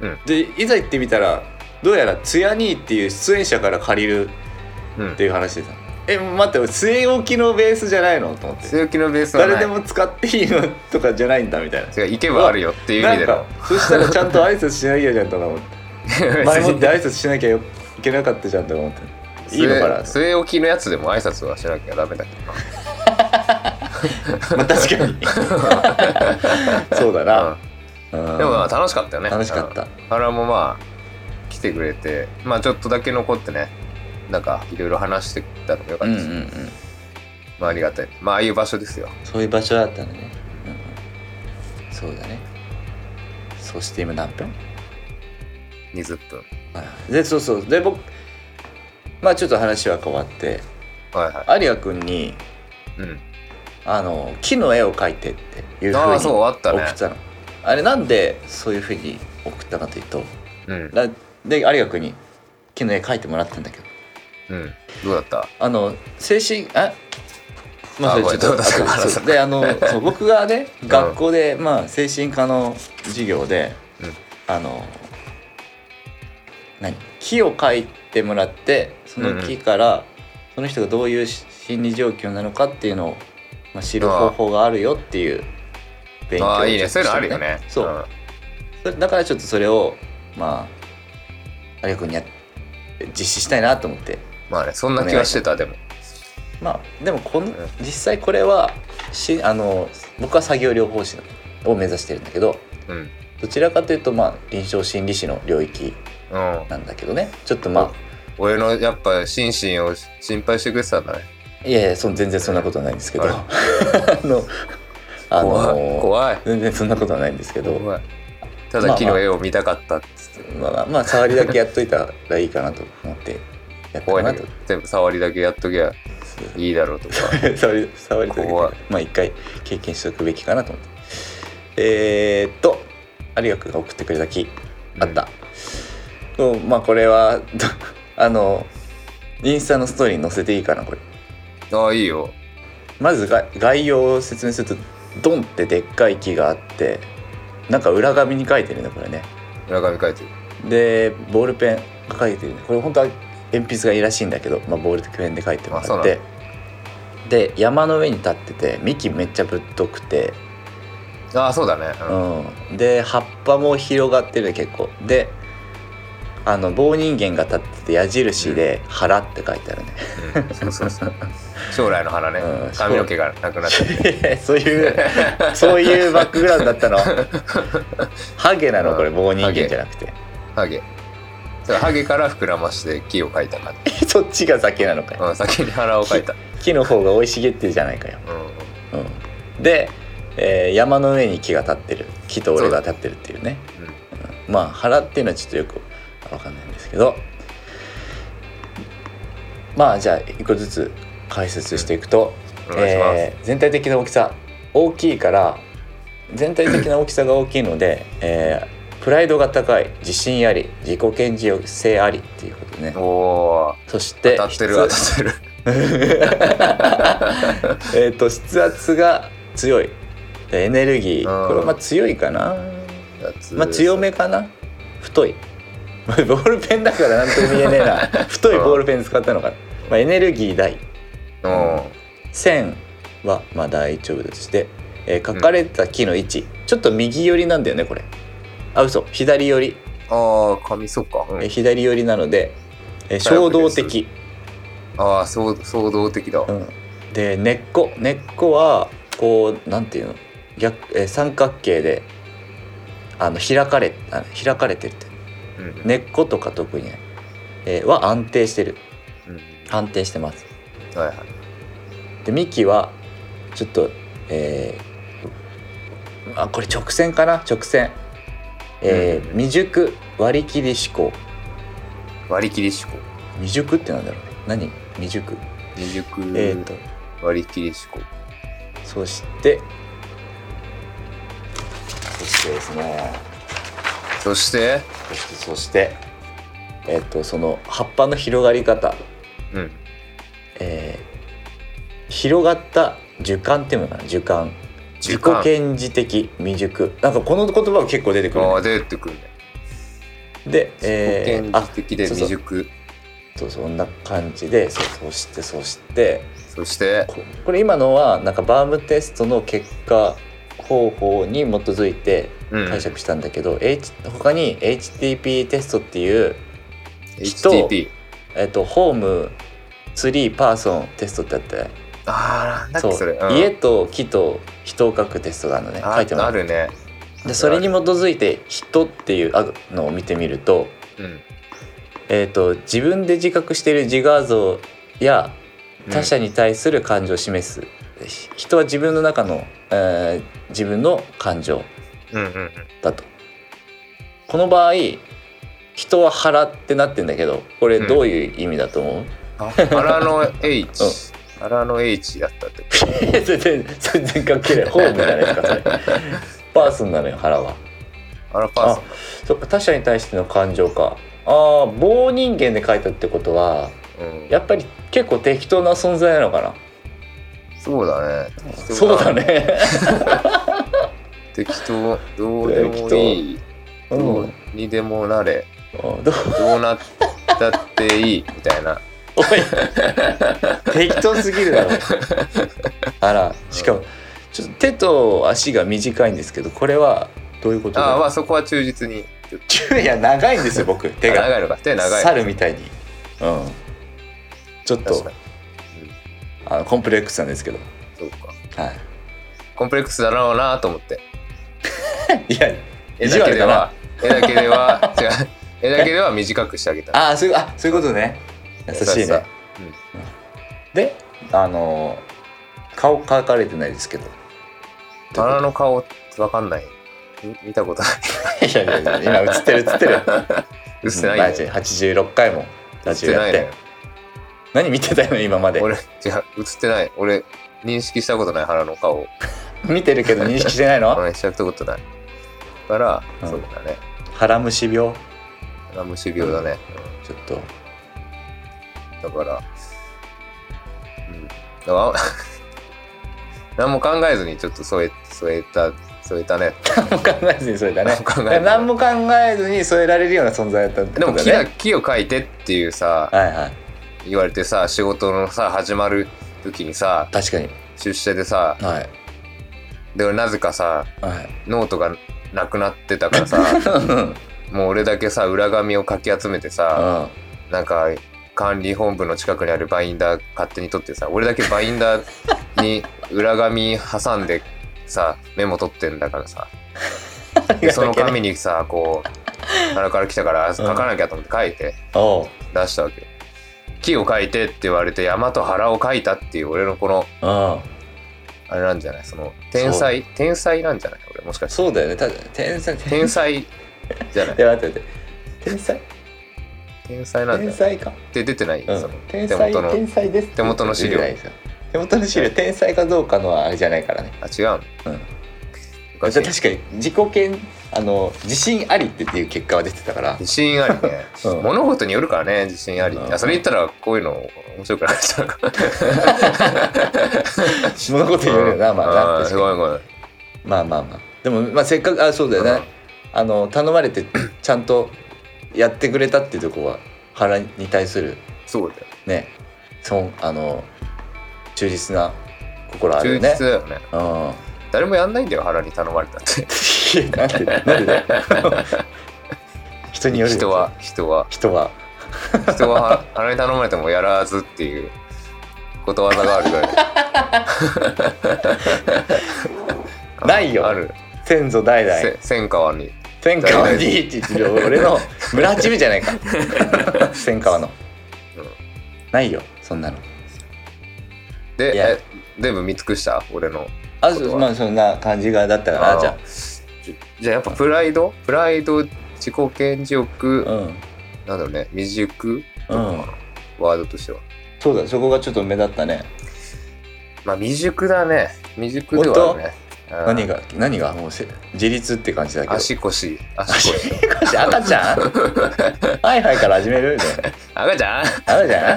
[SPEAKER 1] ゃん、
[SPEAKER 2] うん
[SPEAKER 1] でいざ行ってみたらどうやら「ツヤ兄」っていう出演者から借りる
[SPEAKER 2] うん
[SPEAKER 1] って。いう話でさ「え待って俺据え置きのベースじゃないの?」と思って
[SPEAKER 2] 強気のベースはない
[SPEAKER 1] 誰でも使っていいのとかじゃないんだみたいな。
[SPEAKER 2] 違う行けばあるよっていう意味
[SPEAKER 1] なん
[SPEAKER 2] で
[SPEAKER 1] か
[SPEAKER 2] の。
[SPEAKER 1] そしたらちゃんと挨拶しなきゃじゃんとか思って 前もって挨拶しなきゃいけなかったじゃんとか思っていいのかな
[SPEAKER 2] 据え置きのやつでも挨拶はしなきゃダメだけど
[SPEAKER 1] まあ確 かにそうだ
[SPEAKER 2] な、
[SPEAKER 1] な、うん
[SPEAKER 2] うんでもまあ楽しかったよね
[SPEAKER 1] 楽しかった
[SPEAKER 2] うん原もまあ来てくれてまあちょっとだけ残ってねなんかいろいろ話してたのもよか
[SPEAKER 1] う
[SPEAKER 2] っ
[SPEAKER 1] んうん
[SPEAKER 2] たし、
[SPEAKER 1] うん
[SPEAKER 2] まあありがたいまあああいう場所ですよ
[SPEAKER 1] そういう場所だったのね、うんうん、そうだねそして今何分
[SPEAKER 2] 20分
[SPEAKER 1] あでそうそうで僕まあちょっと話は変わって
[SPEAKER 2] はいは
[SPEAKER 1] 有く君に
[SPEAKER 2] い。うん。
[SPEAKER 1] あの木の絵を描いてっていうふ
[SPEAKER 2] あ
[SPEAKER 1] う
[SPEAKER 2] あ、
[SPEAKER 1] に
[SPEAKER 2] そう、あった
[SPEAKER 1] 送
[SPEAKER 2] ね。
[SPEAKER 1] ったのあれなんでそういうふうに送ったかというと
[SPEAKER 2] うん。
[SPEAKER 1] だで有賀君に木の絵描いてもらったんだけど
[SPEAKER 2] うん。どうだった
[SPEAKER 1] あの精神あま
[SPEAKER 2] あ
[SPEAKER 1] あそれちょっと
[SPEAKER 2] ごめんどうぞどうぞ
[SPEAKER 1] あそうであの そう僕がね学校で、まあ、精神科の授業で、
[SPEAKER 2] うん
[SPEAKER 1] あの何木を描いてもらってその木から、その人がどういう心理状況なのかっていうのを、まあ、知る方法があるよっていう勉強を
[SPEAKER 2] ああ、いい
[SPEAKER 1] ちょ
[SPEAKER 2] ね。
[SPEAKER 1] っと
[SPEAKER 2] そういうのある
[SPEAKER 1] した
[SPEAKER 2] よね。
[SPEAKER 1] そう、
[SPEAKER 2] ん
[SPEAKER 1] それだからちょっとそれをまあ有賀君にやっ実施したいなと思って
[SPEAKER 2] まあね、そんな気はしてた、でも。
[SPEAKER 1] まあでもこの、
[SPEAKER 2] ん
[SPEAKER 1] 実際これはしあの僕は作業療法士を目指してるんだけど
[SPEAKER 2] うん。
[SPEAKER 1] どちらかというとまあ臨床心理士の領域
[SPEAKER 2] うん。
[SPEAKER 1] なんだけどねちょっとま
[SPEAKER 2] 俺のやっぱ心身を心配してくれてたんだね。
[SPEAKER 1] あいやいやそん全然そんなことはないんですけど
[SPEAKER 2] あれ
[SPEAKER 1] あのあ
[SPEAKER 2] 怖
[SPEAKER 1] の
[SPEAKER 2] い。怖い。
[SPEAKER 1] 全然そんなことはないんですけど、
[SPEAKER 2] 怖い。ただ木の絵を見たかったっつって。
[SPEAKER 1] まあまあ、まあ触りだけやっといたらいいかなと思ってやった
[SPEAKER 2] 怖
[SPEAKER 1] か
[SPEAKER 2] いん
[SPEAKER 1] な
[SPEAKER 2] だけ
[SPEAKER 1] と
[SPEAKER 2] ど。全部触りだけやっときゃいいだろう とか。
[SPEAKER 1] 触り触りというか
[SPEAKER 2] 怖い
[SPEAKER 1] まあ一回経験しておくべきかなと思ってえー、っと有賀君が送ってくれた木あった、うんまあこれは どあのインスタのストーリーに載せていいかなこれ
[SPEAKER 2] ああ、いいよ。
[SPEAKER 1] まずが概要を説明するとドンってでっかい木があってなんか裏紙に書いてるねこれね
[SPEAKER 2] 村上書いてる。
[SPEAKER 1] でボールペンが書いてるねこれ本当は鉛筆がいいらしいんだけど、まあ、ボールペンで書いても
[SPEAKER 2] あそ
[SPEAKER 1] ら
[SPEAKER 2] う
[SPEAKER 1] っ
[SPEAKER 2] なん
[SPEAKER 1] てで山の上に立ってて幹めっちゃぶっとくて、
[SPEAKER 2] ああ、そうだね。うん
[SPEAKER 1] うん、で葉っぱも広がってるね結構であの棒人間が立ってて矢印で「腹」って書いてあるね、
[SPEAKER 2] うんそうそうそう。将来の花ね
[SPEAKER 1] うん。
[SPEAKER 2] 髪の毛がなくなってる。
[SPEAKER 1] そういうそういうバックグラウンドだったのハゲなのこれ
[SPEAKER 2] うん
[SPEAKER 1] 棒人間じゃなくて
[SPEAKER 2] ハゲ。そうハゲから膨らまして木を描いた感じ。
[SPEAKER 1] そっちが先なのかよ
[SPEAKER 2] うん、先に花を描いた。
[SPEAKER 1] 木の方が生い茂ってるじゃないかよ
[SPEAKER 2] うん。
[SPEAKER 1] うん、で、えー山の上に木が立ってる木と俺が立ってるっていうねまあ腹っていうのはちょっとよくわかんないんですけどまあじゃあ一個ずつ解説していくと、
[SPEAKER 2] うんお願いしま
[SPEAKER 1] ー
[SPEAKER 2] す
[SPEAKER 1] 全体的な大きさ大きいから全体的な大きさが大きいので、えープライドが高い自信あり自己顕示性ありっていうことね
[SPEAKER 2] うん。おー。
[SPEAKER 1] そして
[SPEAKER 2] 当たってる
[SPEAKER 1] 筆
[SPEAKER 2] 当たっ てる。
[SPEAKER 1] えー、と筆圧が強いでエネルギー
[SPEAKER 2] うん
[SPEAKER 1] これはまあ強いかなまあ強めかな太い まあボールペンだから何とも言えねえ な太いボールペン使ったのかな、まあ、エネルギー大
[SPEAKER 2] うん。
[SPEAKER 1] 線はまあ大丈夫として、えー書かれた木の位置、ちょっと右寄りなんだよねこれあ嘘左寄り、
[SPEAKER 2] ああ、髪そうか。うん
[SPEAKER 1] えー左寄りなので、えー
[SPEAKER 2] 左
[SPEAKER 1] 衝
[SPEAKER 2] 奥で
[SPEAKER 1] 動
[SPEAKER 2] す
[SPEAKER 1] 的、
[SPEAKER 2] ああ、そう衝動的だ。
[SPEAKER 1] うん、で根っこ根っこはこうなんていうの逆えー三角形であの開かれあ開かれてるって
[SPEAKER 2] うん
[SPEAKER 1] 根っことか特にね、えーは安定してる
[SPEAKER 2] うん
[SPEAKER 1] 安定してます
[SPEAKER 2] はいはい。
[SPEAKER 1] で幹はちょっとえーあこれ直線かな直線えー
[SPEAKER 2] うん
[SPEAKER 1] 未熟割り切り思考
[SPEAKER 2] 割り切り思考。
[SPEAKER 1] 未熟ってなんだろうね何未熟
[SPEAKER 2] 未熟
[SPEAKER 1] えっ、と
[SPEAKER 2] 割り切り思考。
[SPEAKER 1] そしてそしてですね
[SPEAKER 2] そして、
[SPEAKER 1] そしてそしてえっ、とその葉っぱの広がり方、
[SPEAKER 2] うん。
[SPEAKER 1] えー広がった樹幹っていうのかな樹幹自己顕示的未熟なんかこの言葉が結構出てくる
[SPEAKER 2] あ
[SPEAKER 1] ね、
[SPEAKER 2] あ、出てくるね。
[SPEAKER 1] で、
[SPEAKER 2] え
[SPEAKER 1] え
[SPEAKER 2] ー、
[SPEAKER 1] ー、あ
[SPEAKER 2] 現実的で
[SPEAKER 1] そう
[SPEAKER 2] 未
[SPEAKER 1] そう
[SPEAKER 2] 熟。
[SPEAKER 1] そうそんな感じでそうそしてそして
[SPEAKER 2] そして、
[SPEAKER 1] ここれ今のはなんかバームテストの結果方法に基づいて
[SPEAKER 2] うん
[SPEAKER 1] 解釈したんだけど、H 他に HTP テストっていう、人
[SPEAKER 2] HTP。
[SPEAKER 1] えっとホームツリーパーソンテストってあって
[SPEAKER 2] ああ、なんだっけそれ。うん
[SPEAKER 1] 家と木と人を書くテストがあるのね
[SPEAKER 2] あ
[SPEAKER 1] 書いてもら
[SPEAKER 2] あ
[SPEAKER 1] う
[SPEAKER 2] るね。
[SPEAKER 1] でそれに基づいて「人」っていうあのを見てみると,、
[SPEAKER 2] うん。
[SPEAKER 1] えっと自分で自覚している自画像や他者
[SPEAKER 2] に。
[SPEAKER 1] に対する感情を示す、ひ人は自分の中の、えー自分の感情
[SPEAKER 2] うんうんうん。
[SPEAKER 1] だとこの場合人は腹ってなってんだけどこれどういう意味だと思う、
[SPEAKER 2] 原の H 原の H だったって
[SPEAKER 1] 全然全然関係ないホームじゃないですかそれ パーソンなのよ腹は
[SPEAKER 2] 原パーソン
[SPEAKER 1] そっか他者に対しての感情かああ棒人間で書いたってことは
[SPEAKER 2] うん
[SPEAKER 1] やっぱり結構適当な存在なのかな
[SPEAKER 2] そうだね
[SPEAKER 1] そうだね
[SPEAKER 2] 適当どうでもいいど
[SPEAKER 1] う
[SPEAKER 2] うんにでもなれ
[SPEAKER 1] ど う
[SPEAKER 2] どうなったっていいみたいな
[SPEAKER 1] おい適当すぎるだろ あらしかもちょっと手と足が短いんですけどこれはどういうこと
[SPEAKER 2] ああま
[SPEAKER 1] だ
[SPEAKER 2] あそこは忠実にちょっと
[SPEAKER 1] いや長いんですよ僕手が
[SPEAKER 2] 長いのか手長い
[SPEAKER 1] 猿みたいに、うん、ちょっ
[SPEAKER 2] 確
[SPEAKER 1] と
[SPEAKER 2] かに
[SPEAKER 1] あのコンプレックスなんですけど、
[SPEAKER 2] そうか
[SPEAKER 1] は
[SPEAKER 2] コンプレックスだろうなと思って
[SPEAKER 1] い、いや
[SPEAKER 2] 絵
[SPEAKER 1] 意
[SPEAKER 2] だ
[SPEAKER 1] 地
[SPEAKER 2] け
[SPEAKER 1] 悪
[SPEAKER 2] で
[SPEAKER 1] だな
[SPEAKER 2] は絵だけでは違う絵だけでは短くしてあ げた
[SPEAKER 1] ああそういうあそういうことね優しいね
[SPEAKER 2] さ
[SPEAKER 1] であのー顔描かれてないですけど
[SPEAKER 2] 花の顔ってわかんないみ見たことない
[SPEAKER 1] いやいやいや今映ってる映ってる
[SPEAKER 2] 映ってない
[SPEAKER 1] マジ86回もラジオやって
[SPEAKER 2] 映ってない
[SPEAKER 1] 何見てたの今まで
[SPEAKER 2] 俺違う映ってない俺認識したことない花の顔を
[SPEAKER 1] 見てるけど認識して ないの
[SPEAKER 2] 俺しちゃったことないだから、
[SPEAKER 1] うん
[SPEAKER 2] そうだね
[SPEAKER 1] 腹虫病
[SPEAKER 2] ラムシ病だね、
[SPEAKER 1] ちょっと
[SPEAKER 2] うんだからうんだからあ 何も考えずにちょっと添え添えた添えたね
[SPEAKER 1] 何も考えずにそれだね
[SPEAKER 2] 何も考えずに
[SPEAKER 1] 何も考えずに添えられるような存在だったって
[SPEAKER 2] で
[SPEAKER 1] こ
[SPEAKER 2] も
[SPEAKER 1] と
[SPEAKER 2] 木だ
[SPEAKER 1] ね
[SPEAKER 2] 木を書いてっていうさ
[SPEAKER 1] はいはい
[SPEAKER 2] 言われてさ仕事のさ始まる時にさ
[SPEAKER 1] 確かに
[SPEAKER 2] 出社でさ
[SPEAKER 1] はい
[SPEAKER 2] で俺なぜかさ
[SPEAKER 1] はい
[SPEAKER 2] ノートがなくなってたからさ
[SPEAKER 1] うん
[SPEAKER 2] もう俺だけさ裏紙をかき集めてさなんか管理本部の近くにあるバインダー勝手に取ってさ俺だけバインダーに裏紙挟んでさメモ取ってんだからさでそ の紙にさこうからから来たから書かなきゃと思って書いて
[SPEAKER 1] おう
[SPEAKER 2] 出したわけよ木を書いてって言われて山と原を書いたっていう俺のこの
[SPEAKER 1] うん
[SPEAKER 2] あれなんじゃないその天才天才なんじゃない俺もしかして
[SPEAKER 1] そうだよねただ天才
[SPEAKER 2] 天才じゃな い
[SPEAKER 1] いや待って待って天才
[SPEAKER 2] 天才なんだ
[SPEAKER 1] 天
[SPEAKER 2] よ
[SPEAKER 1] 才か、
[SPEAKER 2] って出てない、
[SPEAKER 1] う
[SPEAKER 2] そ
[SPEAKER 1] ん
[SPEAKER 2] の、
[SPEAKER 1] 天
[SPEAKER 2] 手
[SPEAKER 1] 才
[SPEAKER 2] 元の
[SPEAKER 1] 天才です
[SPEAKER 2] 手元の資
[SPEAKER 1] 出
[SPEAKER 2] 料
[SPEAKER 1] てないですよ手元の資料天才かどうかのはあれじゃないからね
[SPEAKER 2] あ違うの
[SPEAKER 1] うん
[SPEAKER 2] おかし
[SPEAKER 1] じ
[SPEAKER 2] い
[SPEAKER 1] ゃあ確かに自己研あの自信ありっていう結果は出てたから
[SPEAKER 2] 自信ありね、
[SPEAKER 1] うん
[SPEAKER 2] 物事によるからね自信ありってあそれ言ったらこういうの面白くなっちゃ うから
[SPEAKER 1] 物事によるよなまあな
[SPEAKER 2] うんす
[SPEAKER 1] 確か
[SPEAKER 2] ごいすごい
[SPEAKER 1] にまあまあまあでも、まあ、せっかくあそうだよね、
[SPEAKER 2] うん
[SPEAKER 1] あの頼まれてちゃんとやってくれたっていうとこは原に対する
[SPEAKER 2] そうだよ
[SPEAKER 1] ねそんあの忠実な心あるよ
[SPEAKER 2] 忠
[SPEAKER 1] ね
[SPEAKER 2] 実だよね
[SPEAKER 1] うん
[SPEAKER 2] 誰もやんないんだよ腹に頼まれたって
[SPEAKER 1] いやなんでなんでだよ人によるよ
[SPEAKER 2] 人は人は
[SPEAKER 1] 人は
[SPEAKER 2] 人は腹に頼まれてもやらずっていうことわざがあるぐらい
[SPEAKER 1] ないよ
[SPEAKER 2] ある
[SPEAKER 1] 先祖代々
[SPEAKER 2] せ戦火に
[SPEAKER 1] 千川にって言ってる俺の村チビじゃ ないか千川の、
[SPEAKER 2] うん
[SPEAKER 1] ないよそんなの
[SPEAKER 2] で
[SPEAKER 1] いや
[SPEAKER 2] え全部見尽くした俺の
[SPEAKER 1] あ
[SPEAKER 2] ことは
[SPEAKER 1] まあそんな感じがだったから
[SPEAKER 2] ー
[SPEAKER 1] じゃ
[SPEAKER 2] じじゃあやっぱプライドプライド自己顕示欲、
[SPEAKER 1] あうん
[SPEAKER 2] なんだろうね未熟
[SPEAKER 1] うん
[SPEAKER 2] ワードとしては
[SPEAKER 1] そうだそこがちょっと目立ったね
[SPEAKER 2] まあ未熟だね未熟ではあるねうん
[SPEAKER 1] 何が何がもうせ自立って感じだけど
[SPEAKER 2] 足腰足腰
[SPEAKER 1] 腰赤ち ゃんはいはいから始めるね
[SPEAKER 2] 赤ちゃん
[SPEAKER 1] 赤ちゃん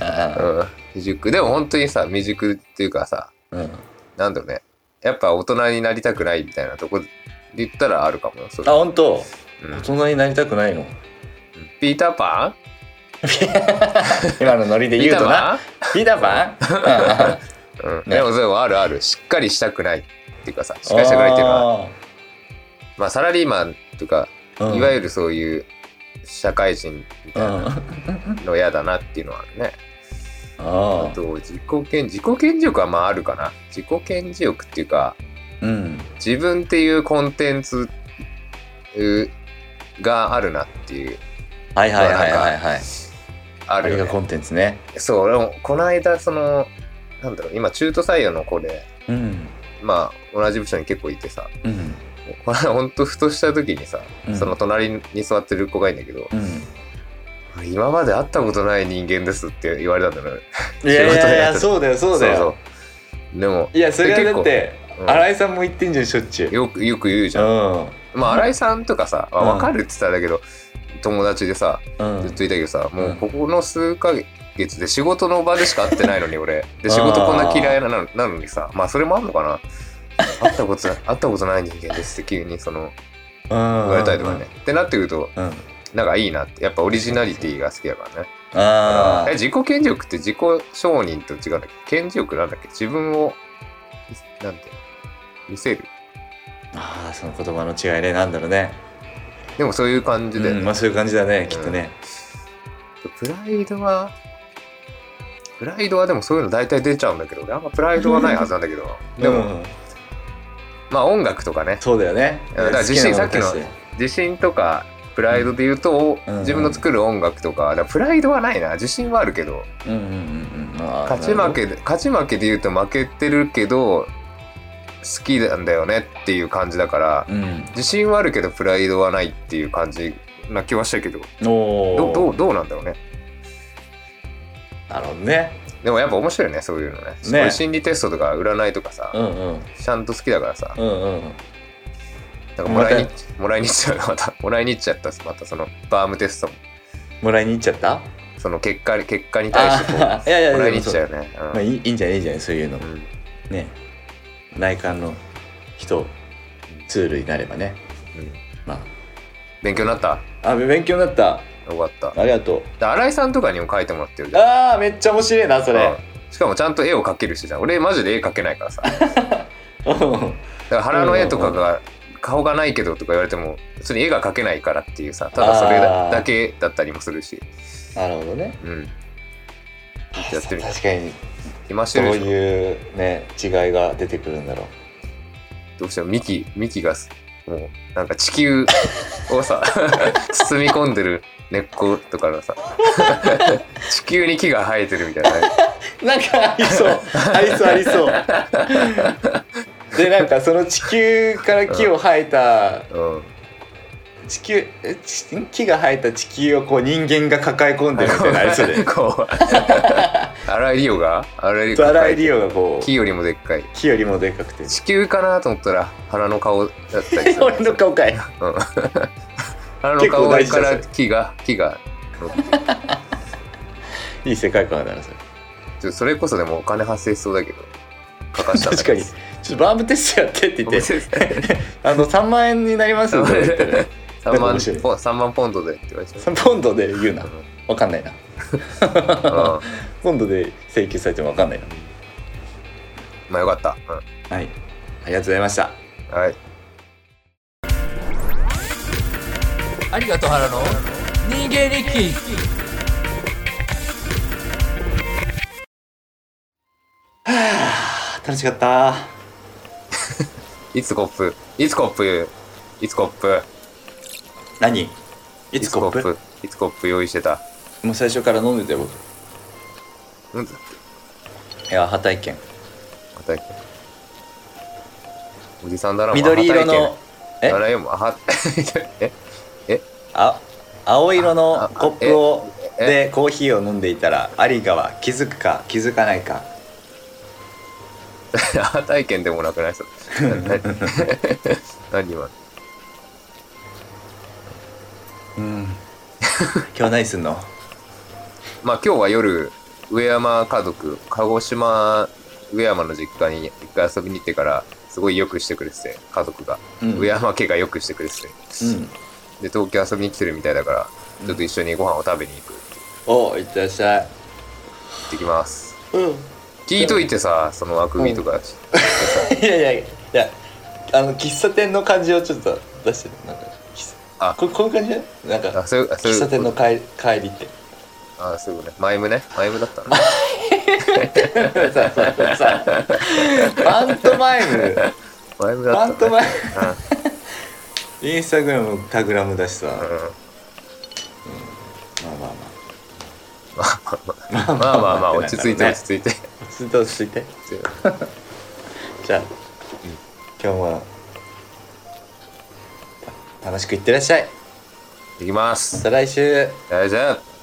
[SPEAKER 1] ああ
[SPEAKER 2] うん未熟でも本当にさ未熟っていうかさ
[SPEAKER 1] うん
[SPEAKER 2] なんだろうねやっぱ大人になりたくないみたいなとこで言ったらあるかもよそれ
[SPEAKER 1] あ本当
[SPEAKER 2] うん
[SPEAKER 1] 大人になりたくないの
[SPEAKER 2] ピーターパン
[SPEAKER 1] 今のノリで
[SPEAKER 2] ピ
[SPEAKER 1] 言う
[SPEAKER 2] ーター
[SPEAKER 1] とな
[SPEAKER 2] パ
[SPEAKER 1] ピーターパンうん
[SPEAKER 2] ン、うん
[SPEAKER 1] ね
[SPEAKER 2] でもそれもあるあるしっかりしたくないっていうかさしっかりしたくないっていうのはまあサラリーマンとか
[SPEAKER 1] あーうん
[SPEAKER 2] いわゆるそういう社会人みたいなの嫌だなっていうのはね、
[SPEAKER 1] あ
[SPEAKER 2] あと自己顕自己顕示欲はまああるかな自己顕示欲っていうか
[SPEAKER 1] あ、うん、
[SPEAKER 2] 自分っていうコンテンツうがあるなっていう
[SPEAKER 1] はいはいはいはいはい。
[SPEAKER 2] あ
[SPEAKER 1] あれ
[SPEAKER 2] るよ
[SPEAKER 1] が
[SPEAKER 2] ね
[SPEAKER 1] コンテンツね。
[SPEAKER 2] そう俺もこの間そのなんだろう今中途採用の子で
[SPEAKER 1] うん、
[SPEAKER 2] まあ同じ部署に結構いてさ
[SPEAKER 1] うん、
[SPEAKER 2] これほんとふとした時にさ、
[SPEAKER 1] うん
[SPEAKER 2] その隣に座ってる子がいいんだけど
[SPEAKER 1] うん、
[SPEAKER 2] 今まで会ったことない人間ですって言われたんだね。
[SPEAKER 1] いやい
[SPEAKER 2] 仕事
[SPEAKER 1] やい
[SPEAKER 2] やっ
[SPEAKER 1] や
[SPEAKER 2] て
[SPEAKER 1] そうだよそうだよ
[SPEAKER 2] うでも
[SPEAKER 1] いやそれはだって
[SPEAKER 2] うん
[SPEAKER 1] 新井さんも言ってんじゃんしょっちゅう
[SPEAKER 2] よくよく言うじ
[SPEAKER 1] う
[SPEAKER 2] ゃん。
[SPEAKER 1] ん
[SPEAKER 2] まあ新井さんとかさ、あ
[SPEAKER 1] うん
[SPEAKER 2] わかるって言ったらだけど、友達でさ
[SPEAKER 1] うん
[SPEAKER 2] ずっといたけどさ、もうんうここの数ヶ月で仕事の場でしか会ってないのに俺で仕事こんな嫌いなのなのにさまあそれもあんのかな会ったこと ない会ったことない人間ですって急にその言われたりとかねってなってくると
[SPEAKER 1] うん
[SPEAKER 2] なんかいいなってやっぱオリジナリティが好きだからね
[SPEAKER 1] あー
[SPEAKER 2] え自己顕示欲って自己承認と違うんだっけ顕示欲なんだっけ自分をなんて見せる
[SPEAKER 1] あーその言葉の違いねなんだろうね
[SPEAKER 2] でもそういう感じで、
[SPEAKER 1] うんまあそういう感じだねきっとね
[SPEAKER 2] プライドはプライドはでもそういうの大体出ちゃうんだけど俺あんまプライドはないはずなんだけどでも、
[SPEAKER 1] うん
[SPEAKER 2] まあ音楽とかね
[SPEAKER 1] そうだよね
[SPEAKER 2] だから自信さっきの
[SPEAKER 1] 好きなものに対して
[SPEAKER 2] 自信とかプライドで言うと、
[SPEAKER 1] うん
[SPEAKER 2] 自分の作る音楽とかだからプライドはないな自信はあるけど
[SPEAKER 1] うんうんうんうんあー
[SPEAKER 2] 勝ち負けで勝ち負けで言うと負けてるけど好きなんだよねっていう感じだから
[SPEAKER 1] うん
[SPEAKER 2] 自信はあるけどプライドはないっていう感じな気はしたけど
[SPEAKER 1] お
[SPEAKER 2] ど
[SPEAKER 1] ー
[SPEAKER 2] うどうどうなんだろうね
[SPEAKER 1] なるほどね
[SPEAKER 2] でもやっぱ面白いねそういうのね
[SPEAKER 1] ね
[SPEAKER 2] こう心理テストとか占いとかさ、
[SPEAKER 1] うんうん
[SPEAKER 2] ちゃんと好きだからさ
[SPEAKER 1] うんうん
[SPEAKER 2] だからもらいに、もらいに行っちゃうよまたもらいに行っちゃったまたそのバームテストも
[SPEAKER 1] もらいに行っちゃった
[SPEAKER 2] その結果結果に対してこう
[SPEAKER 1] あーいやいや
[SPEAKER 2] もらいに
[SPEAKER 1] でも
[SPEAKER 2] 行っ
[SPEAKER 1] そ
[SPEAKER 2] ち
[SPEAKER 1] う
[SPEAKER 2] ゃうよね、うん
[SPEAKER 1] まあいいいいんじゃないいいんじゃないそういうの
[SPEAKER 2] うん
[SPEAKER 1] ね内観の人ツールになればね
[SPEAKER 2] うん
[SPEAKER 1] ま
[SPEAKER 2] 勉強になった
[SPEAKER 1] ああ勉強になった
[SPEAKER 2] よかった
[SPEAKER 1] ありがと
[SPEAKER 2] で新井さんとかにも書いてもらってるじ
[SPEAKER 1] う
[SPEAKER 2] ゃん
[SPEAKER 1] あーめっちゃ面白いなそれ
[SPEAKER 2] うんしかもちゃんと絵を描けるしさ俺マジで絵描けないか らさだか
[SPEAKER 1] うん
[SPEAKER 2] ら腹の絵とかが顔がないけどとか言われてもそれ絵が描けないからっていうさただそれ
[SPEAKER 1] あ
[SPEAKER 2] だ
[SPEAKER 1] ー
[SPEAKER 2] だけだったりもするし
[SPEAKER 1] なるほどね
[SPEAKER 2] うんやってみる
[SPEAKER 1] 確かに
[SPEAKER 2] 暇し
[SPEAKER 1] ど
[SPEAKER 2] て
[SPEAKER 1] う
[SPEAKER 2] るでしょ
[SPEAKER 1] いうね違いが出てくるんだろう
[SPEAKER 2] どうしてもミキミキがすもうなんか地球 をさ包み込んでる根っことかのさ地球に木が生えてるみたいなね
[SPEAKER 1] なんかありそうありそうありそうでなんかその地球から木を生えた
[SPEAKER 2] うん
[SPEAKER 1] 地球えち木が生えた地球をこう人間が抱え込んでるみたいなありそうで
[SPEAKER 2] こう荒井リオが荒井リオが
[SPEAKER 1] 荒井リオがこ
[SPEAKER 2] 木
[SPEAKER 1] う
[SPEAKER 2] よりもでっかい
[SPEAKER 1] 木よりもでかく て
[SPEAKER 2] 地球かなと思ったら花の顔だったりする
[SPEAKER 1] 俺の顔かい
[SPEAKER 2] うん花の顔
[SPEAKER 1] 結構
[SPEAKER 2] か
[SPEAKER 1] 大事だ
[SPEAKER 2] ら
[SPEAKER 1] そ
[SPEAKER 2] 木が木が
[SPEAKER 1] いい世界観だなそれ
[SPEAKER 2] ちょそれこそでもお金発生しそうだけどかかしたんだ
[SPEAKER 1] 確かにちょっとバームテストやってって
[SPEAKER 2] け
[SPEAKER 1] 言
[SPEAKER 2] ど
[SPEAKER 1] ってあの3万円になりますよそれって言ったらな
[SPEAKER 2] 3
[SPEAKER 1] んか
[SPEAKER 2] 万
[SPEAKER 1] 面白い
[SPEAKER 2] ポン3万ポンドでって言われちゃ う
[SPEAKER 1] 3ポンドで言うなわかんないな
[SPEAKER 2] うん
[SPEAKER 1] ポンドで請求されてもわかんないな
[SPEAKER 2] まあよかった。
[SPEAKER 1] はいありがとうございました
[SPEAKER 2] うん、はい。
[SPEAKER 3] ありがとう原の人間力
[SPEAKER 1] あ楽しかった
[SPEAKER 2] いつコップ、いつコップ、いつコップ、
[SPEAKER 1] 何いつコップ、
[SPEAKER 2] いつコップ用意してた。
[SPEAKER 1] もう最初から飲んでたよ僕
[SPEAKER 2] うん、
[SPEAKER 1] いや破体験
[SPEAKER 2] またおじさんだな。
[SPEAKER 1] 緑色
[SPEAKER 2] ま
[SPEAKER 1] の
[SPEAKER 2] あ
[SPEAKER 1] え
[SPEAKER 2] はたいけん。あらよも、あは、え、
[SPEAKER 1] あ青色の
[SPEAKER 2] ああ
[SPEAKER 1] コップを
[SPEAKER 2] え
[SPEAKER 1] でコーヒーを飲んでいたらアリガは気づくか気づかないか
[SPEAKER 2] あは体験でもなくない それ。何何今。
[SPEAKER 1] うん 今日何すんの
[SPEAKER 2] まあ今日は夜、上山家族、鹿児島、上山の実家に一回遊びに行ってから、すごいよくしてくれてて、家族が。
[SPEAKER 1] うん
[SPEAKER 2] 上山家がよくしてくれてて。
[SPEAKER 1] うん
[SPEAKER 2] で東京遊びに来てるみたいだから
[SPEAKER 1] うん
[SPEAKER 2] ちょっと一緒にご飯を食べに行くって
[SPEAKER 1] おいってらっしゃい
[SPEAKER 2] 行ってきます
[SPEAKER 1] うん
[SPEAKER 2] 聞いといてさその枠組みとか、
[SPEAKER 1] いやいやいやあの喫茶店の感じをちょっと出してるなんか喫茶
[SPEAKER 2] あ
[SPEAKER 1] ここういう感じだよなんか
[SPEAKER 2] あそういうあそうい
[SPEAKER 1] 喫
[SPEAKER 2] う
[SPEAKER 1] 茶店の帰帰りって
[SPEAKER 2] あそういうことねマイムねマイムだった のね
[SPEAKER 1] ささ さパントマイム
[SPEAKER 2] マイムだった
[SPEAKER 1] パ
[SPEAKER 2] の
[SPEAKER 1] ン
[SPEAKER 2] ね
[SPEAKER 1] トマイ
[SPEAKER 2] うん
[SPEAKER 1] ムインスタグラムタグラムだしさ、ま
[SPEAKER 2] うん
[SPEAKER 1] あまあま
[SPEAKER 2] まあまあまあ落ち着いて
[SPEAKER 1] ね
[SPEAKER 2] 落ち着いて
[SPEAKER 1] あずっと落ち着いてじゃあ、今日も楽しくいってらっしゃい
[SPEAKER 2] 行きま
[SPEAKER 1] ますた来週
[SPEAKER 2] じゃあじゃあ